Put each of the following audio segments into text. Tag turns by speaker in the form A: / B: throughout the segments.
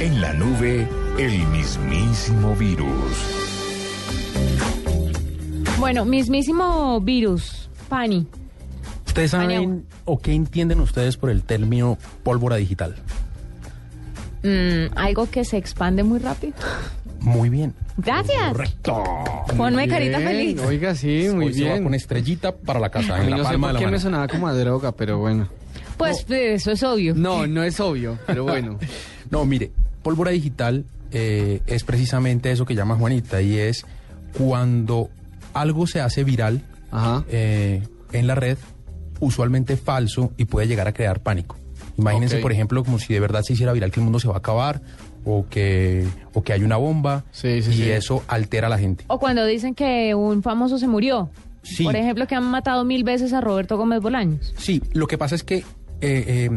A: En la nube, el mismísimo virus.
B: Bueno, mismísimo virus, Pani.
C: ¿Ustedes
B: Mañana.
C: saben o qué entienden ustedes por el término pólvora digital?
B: Mm, algo que se expande muy rápido.
C: Muy bien.
B: Gracias.
C: Correcto.
B: Ponme carita
D: Bien,
B: feliz.
D: Oiga, sí, muy
C: Hoy se va
D: bien.
C: con estrellita para la casa,
D: Ay,
C: en la
D: no sé
C: palma
D: por
C: de la
D: qué
C: mano.
D: me sonaba como a droga, pero bueno.
B: Pues eh, eso es obvio.
D: No, no es obvio, pero bueno.
C: No, mire, pólvora digital eh, es precisamente eso que llama Juanita y es cuando algo se hace viral
D: Ajá.
C: eh, en la red, usualmente falso y puede llegar a crear pánico. Imagínense,
D: Ok.
C: por ejemplo, como si de verdad se hiciera viral que el mundo se va a acabar o que, o que hay una bomba
D: Sí, sí,
C: y
D: sí.
C: eso altera a la gente.
B: O cuando dicen que un famoso se murió.
C: Sí.
B: Por ejemplo, que han matado mil veces a Roberto Gómez Bolaños.
C: Sí, lo que pasa es que eh, eh,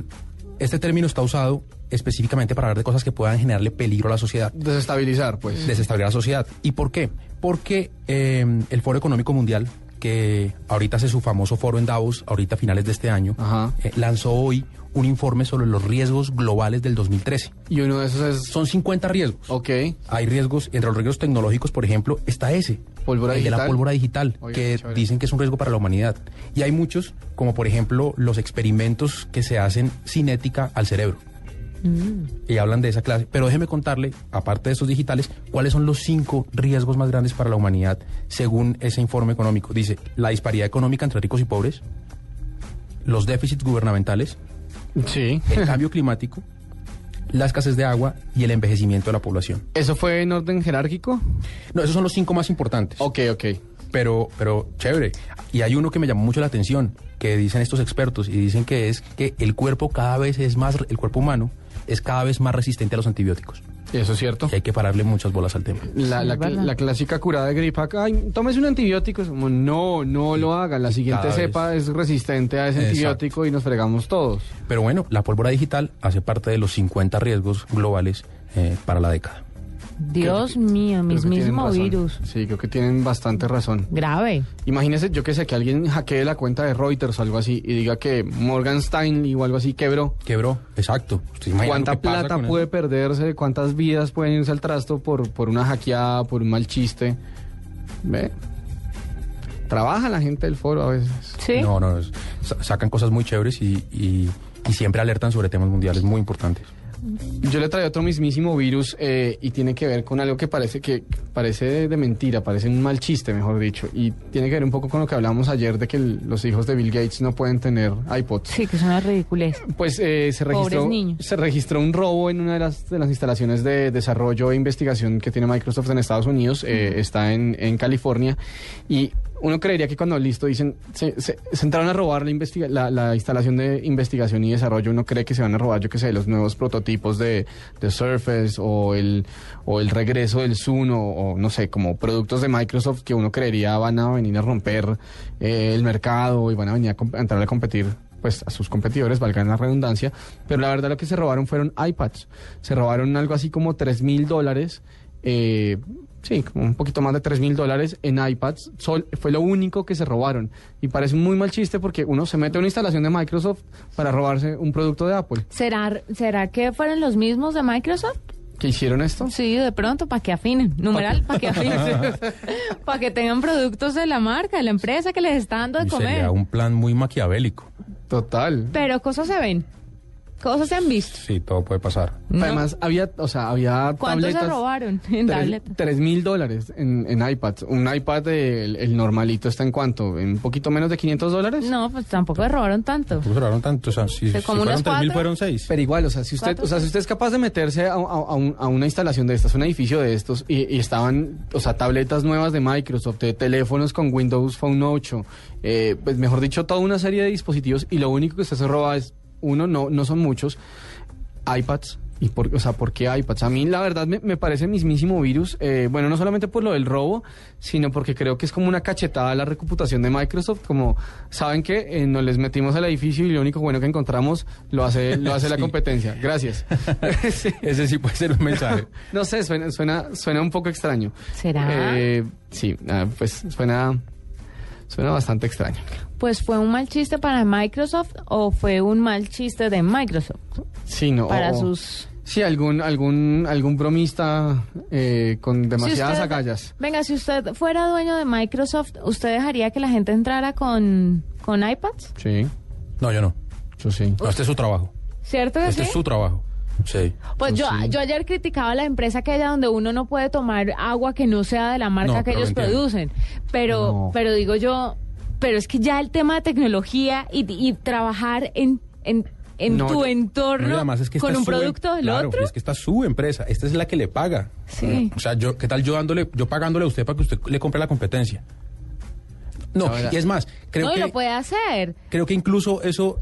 C: este término está usado específicamente para hablar de cosas que puedan generarle peligro a la sociedad,
D: Desestabilizar, pues.
C: desestabilizar la sociedad. ¿Y por qué? Porque eh, el Foro Económico Mundial, que ahorita hace su famoso foro en Davos, ahorita a finales de este año,
D: Ajá.
C: eh, lanzó hoy un informe sobre los riesgos globales del 2013.
D: Y uno de esos es.
C: Son 50 riesgos.
D: Ok.
C: Hay riesgos, entre los riesgos tecnológicos, por ejemplo, está ese.
D: Pólvora
C: el de la
D: digital.
C: pólvora digital,
D: Oiga, qué
C: que
D: chévere.
C: dicen que es un riesgo para la humanidad. Y hay muchos, como por ejemplo los experimentos que se hacen sin ética al cerebro. Y hablan de esa clase. Pero déjeme contarle, aparte de esos digitales, cuáles son los cinco riesgos más grandes para la humanidad según ese informe económico. Dice, la disparidad económica entre ricos y pobres, los déficits gubernamentales,
D: Sí.
C: el cambio climático, la escasez de agua y el envejecimiento de la población.
D: ¿Eso fue en orden jerárquico?
C: No, esos son los cinco más importantes.
D: Ok, ok.
C: Pero, pero chévere. Y hay uno que me llamó mucho la atención, que dicen estos expertos, y dicen que es que el cuerpo cada vez es más, el cuerpo humano es cada vez más resistente a los antibióticos.
D: Eso es cierto.
C: Y hay que pararle muchas bolas al tema.
D: La,
B: Sí,
D: la-
B: es verdad.
D: la clásica curada de gripa. Ay, tomes un antibiótico. Es como, no, no lo hagan. La siguiente
C: cada vez.
D: cepa es resistente a ese
C: Exacto.
D: antibiótico y nos fregamos todos.
C: Pero bueno, la pólvora digital hace parte de los 50 riesgos globales eh, para la década.
B: Dios
D: Creo
B: mío,
D: que- creo que tienen
B: mismísimo
D: razón.
B: virus.
D: Sí, creo que tienen bastante razón.
B: Grave.
D: Imagínese, yo que sé, que alguien hackee la cuenta de Reuters o algo así y diga que Morgan Stanley o algo así quebró.
C: Quebró, exacto. ¿Usted se imagina lo
D: ¿Cuánta
C: que pasa
D: plata
C: con eso?
D: puede perderse? ¿Cuántas vidas pueden irse al trasto por, por una hackeada, por un mal chiste? ¿Ve? Trabaja la gente del foro a veces.
B: Sí.
C: No, no, es- sa- sacan cosas muy chéveres y, y- y siempre alertan sobre temas mundiales muy importantes.
D: Yo le traía otro mismísimo virus eh, y tiene que ver con algo que parece que parece de, de mentira, parece un mal chiste, mejor dicho. Y tiene que ver un poco con lo que hablamos ayer de que el- los hijos de Bill Gates no pueden tener iPods.
B: Sí, que es una ridiculez.
D: Pues eh, se,
B: Pobres
D: registró,
B: niños.
D: se registró un robo en una de las, de las instalaciones de desarrollo e investigación que tiene Microsoft en Estados Unidos, eh, está en, en California, y uno creería que cuando listo dicen, se, se- se entraron a robar la, investiga- la, la instalación de investigación y desarrollo, uno cree que se van a robar, yo qué sé, los nuevos prototipos de, de Surface o el, o el regreso del Zoom o, o no sé, como productos de Microsoft que uno creería van a venir a romper eh, el mercado y van a venir a comp- a entrar a competir pues a sus competidores, valga la redundancia, pero la verdad lo que se robaron fueron iPads. Se robaron algo así como 3 mil dólares, eh, sí, como un poquito más de 3 mil dólares en iPads. Sol, fue lo único que se robaron. Y parece un muy mal chiste porque uno se mete a una instalación de Microsoft para robarse un producto de Apple.
B: ¿Será, ¿Será que fueron los mismos de Microsoft?
D: ¿Qué hicieron esto?
B: Sí, de pronto, para que afinen. Numeral, para que afinen. para que tengan productos de la marca, de la empresa que les está dando de
C: Y
B: comer.
C: sería un plan muy maquiavélico.
D: Total.
B: Pero cosas se ven. Cosas se han visto.
C: Sí, todo puede pasar.
B: No.
D: Además, había, o sea, había
B: ¿Cuánto se
D: tabletas-
B: robaron en
D: Tres-
B: tabletas?
D: Tres mil dólares en, en iPads. Un iPad, eh, el, el normalito, está en cuánto? ¿En un poquito menos de 500 dólares?
B: No, pues tampoco le robaron tanto.
C: Tampoco se robaron tanto, o sea, si,
B: Pero
C: si
B: como unas
C: fueron 3.000
B: cuatro.
C: fueron 6.
D: Pero igual, o sea, si usted,
B: ¿Cuánto?
D: o sea, si usted es capaz de meterse a, a- a un- a una instalación de estas, un edificio de estos, y, y estaban, o sea, tabletas nuevas de Microsoft, de teléfonos con Windows Phone 8, eh, pues mejor dicho, toda una serie de dispositivos, y lo único que usted se roba es, uno, no, no son muchos, iPads. Y por, o sea, ¿por qué iPads? A mí la verdad me, me parece mismísimo virus. eh, bueno, no solamente por lo del robo, sino porque creo que es como una cachetada a la reputación de Microsoft. Como saben que nos les metimos al edificio y lo único bueno que encontramos lo hace, lo hace la
C: Sí.
D: competencia. Gracias. Sí.
C: Ese sí puede ser un mensaje.
D: No sé, suena, suena, suena un poco extraño.
B: ¿Será?
D: Eh, sí, ah, pues suena, suena bastante extraño.
B: Pues fue un mal chiste para Microsoft o fue un mal chiste de Microsoft
D: Sí, no.
B: para
D: o-
B: sus
D: Sí, algún, algún, algún bromista eh, con demasiadas
B: usted-
D: agallas.
B: Venga, si usted fuera dueño de Microsoft, ¿usted dejaría que la gente entrara con, con iPads?
D: Sí,
C: No, yo no.
D: yo sí.
C: No, este es su trabajo.
B: ¿Cierto que
C: Este es
B: sí?
C: su trabajo. Oh, Sí.
B: Pues yo,
D: Sí.
B: yo ayer criticaba a la empresa aquella donde uno no puede tomar agua que no sea de la marca
C: No,
B: que
C: pero
B: ellos
C: entiendo.
B: producen. Pero,
D: No.
B: pero digo yo, pero es que ya el tema de tecnología y, y trabajar en, en, en
D: No,
B: tu
D: yo-
B: entorno
C: No, y además es que
B: con
C: esta
B: un
C: es su em-
B: producto del
C: claro,
B: otro.
C: Es que esta es su empresa, esta es la que le paga.
B: Sí.
C: O sea, yo, ¿qué tal yo dándole, yo pagándole a usted para que usted le compre la competencia? No,
D: La verdad.
C: y es más, creo
B: no, y
C: que
B: lo puede hacer.
C: creo que incluso eso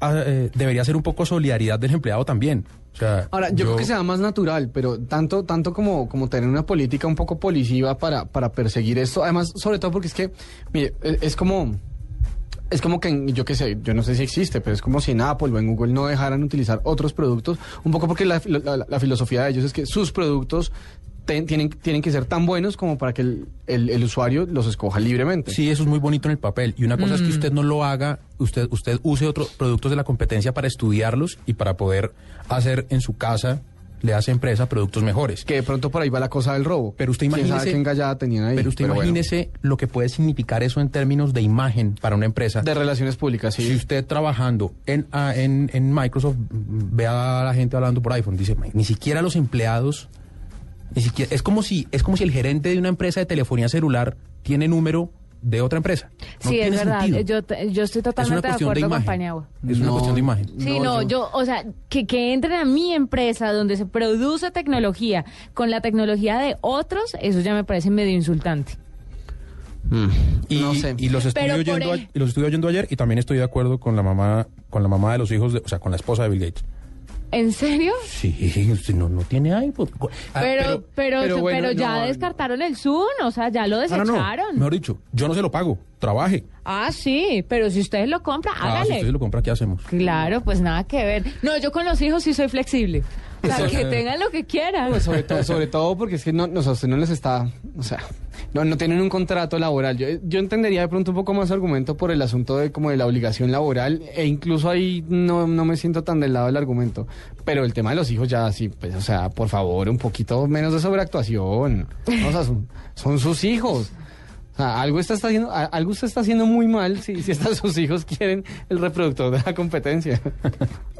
C: ah, eh, debería ser un poco solidaridad del empleado también. O sea,
D: Ahora, yo, creo que sea más natural, pero tanto, tanto como, como tener una política un poco policiva para, para perseguir esto. Además, sobre todo porque es que, mire, e- es como. Es como que, en- yo qué sé, yo no sé si existe, pero es como si en Apple o en Google no dejaran utilizar otros productos, un poco porque la, filo- la- la filosofía de ellos es que sus productos ten- tienen, tienen que ser tan buenos como para que el, el- el usuario los escoja libremente.
C: Sí, eso es muy bonito en el papel. Y una cosa
B: Mm.
C: es que usted no lo haga, usted, usted use otros productos de la competencia para estudiarlos y para poder hacer en su casa, le hace empresa, productos mejores.
D: Que de pronto por ahí va la cosa del robo.
C: Pero usted
D: ¿Quién sabe
C: imagínese-
D: qué engallada tenían ahí?
C: Pero usted
D: bueno.
C: imagínese lo que puede significar eso en términos de imagen para una empresa.
D: de relaciones públicas, sí.
C: Si usted trabajando en, ah, en, en Microsoft mm, ve a la gente hablando por iPhone, dice, ni siquiera los empleados, ni siquiera, es como si, es como si el gerente de una empresa de telefonía celular tiene número de otra empresa. No
B: sí, es
C: tiene
B: verdad.
C: sentido.
B: Yo, te- yo estoy
C: es una
B: totalmente de
C: cuestión de
B: acuerdo con
C: imagen.
B: Paniagua.
C: Es una
D: No.
C: cuestión de imagen.
B: Sí,
D: No,
B: no,
D: yo-
B: yo, o sea, que, que entren a mi empresa donde se produce tecnología con la tecnología de otros, eso ya me parece medio insultante.
C: Y,
D: Mm. no sé.
C: y los estuve
B: Pero por
C: oyendo, a-
B: ej-
C: y los estuve oyendo ayer y también estoy de acuerdo con la mamá, con la mamá de los hijos, de- o sea, con la esposa de Bill Gates.
B: ¿En serio?
C: Sí, usted no, no tiene iPod. Ah,
B: Pero, pero,
D: pero
B: pero,
D: bueno,
B: ya
D: no,
B: descartaron el Zoom, o sea, ya lo
C: Ah, no, no.
B: desecharon.
C: Mejor dicho, yo no se lo pago, trabaje.
B: Ah, sí, pero si ustedes lo compran,
C: Ah, si
B: hágale.
C: usted se lo compra, ¿qué hacemos?
B: Claro, pues nada que ver. No, yo con los hijos sí soy flexible. O sea, que tengan lo que quieran.
D: Pues sobre, todo, sobre todo porque es que no, no, o sea, usted no les está, o sea, no, no tienen un contrato laboral. Yo, yo entendería de pronto un poco más argumento por el asunto de como de la obligación laboral e incluso ahí no, no me siento tan del lado del argumento. Pero el tema de los hijos ya sí, pues, o sea, por favor, un poquito menos de sobreactuación. O sea, son, son sus hijos. O sea, algo usted está haciendo, a- algo usted está haciendo muy mal si, si hasta sus hijos quieren el reproductor de la competencia.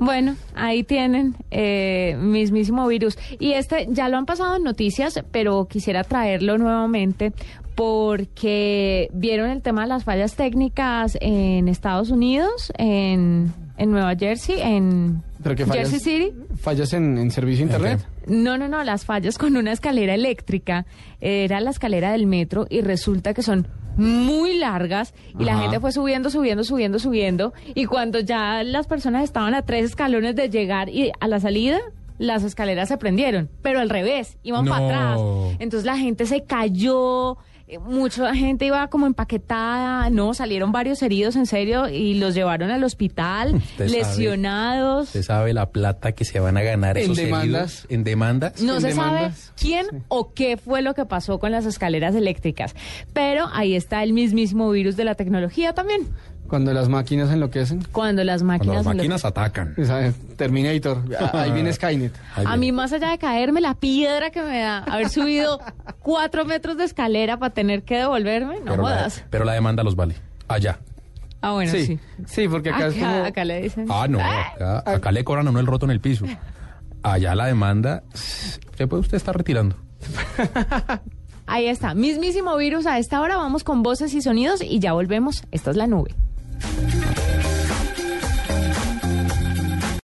B: Bueno, ahí tienen eh, mismísimo virus. Y este ya lo han pasado en noticias, pero quisiera traerlo nuevamente porque vieron el tema de las fallas técnicas en Estados Unidos, en, en Nueva Jersey, en
D: Pero que fallas,
B: Jersey City.
D: fallas en, en servicio a internet.
C: Ok.
B: No, no, no, las fallas con una escalera eléctrica, era la escalera del metro y resulta que son muy largas y la
D: Ajá.
B: gente fue subiendo, subiendo, subiendo, subiendo y cuando ya las personas estaban a tres escalones de llegar y a la salida, las escaleras se prendieron, pero al revés, iban
C: No.
B: para atrás. Entonces la gente se cayó, eh, mucha gente iba como empaquetada, no, salieron varios heridos en serio y los llevaron al hospital,
C: Usted sabe.
B: lesionados.
C: Usted sabe la plata que se van a ganar
D: En
C: esos
D: demandas.
C: heridos en demandas.
B: No
D: en
B: se
D: demandas.
B: sabe quién
D: Sí.
B: o qué fue lo que pasó con las escaleras eléctricas, pero ahí está el mismísimo virus de la tecnología también.
D: Cuando las máquinas enloquecen.
B: Cuando las máquinas...
C: Cuando las
B: son lo-
C: máquinas atacan.
D: ¿sabes? Terminator. Ah, Ahí viene Skynet.
C: Ahí
B: A
C: viene.
B: mí más allá de caerme la piedra que me da haber subido cuatro metros de escalera para tener que devolverme, no
C: pero, la,
B: jodas.
C: pero la demanda los vale. Allá.
B: Ah, bueno, sí.
D: sí, sí, porque
B: Acá,
D: acá, es como...
B: acá le dicen...
C: Ah, no. Acá, acá le cobran a uno el roto en el piso. Allá la demanda se puede usted estar retirando.
B: Ahí está, mismísimo virus. A esta hora vamos con voces y sonidos y ya volvemos. Esta es la nube.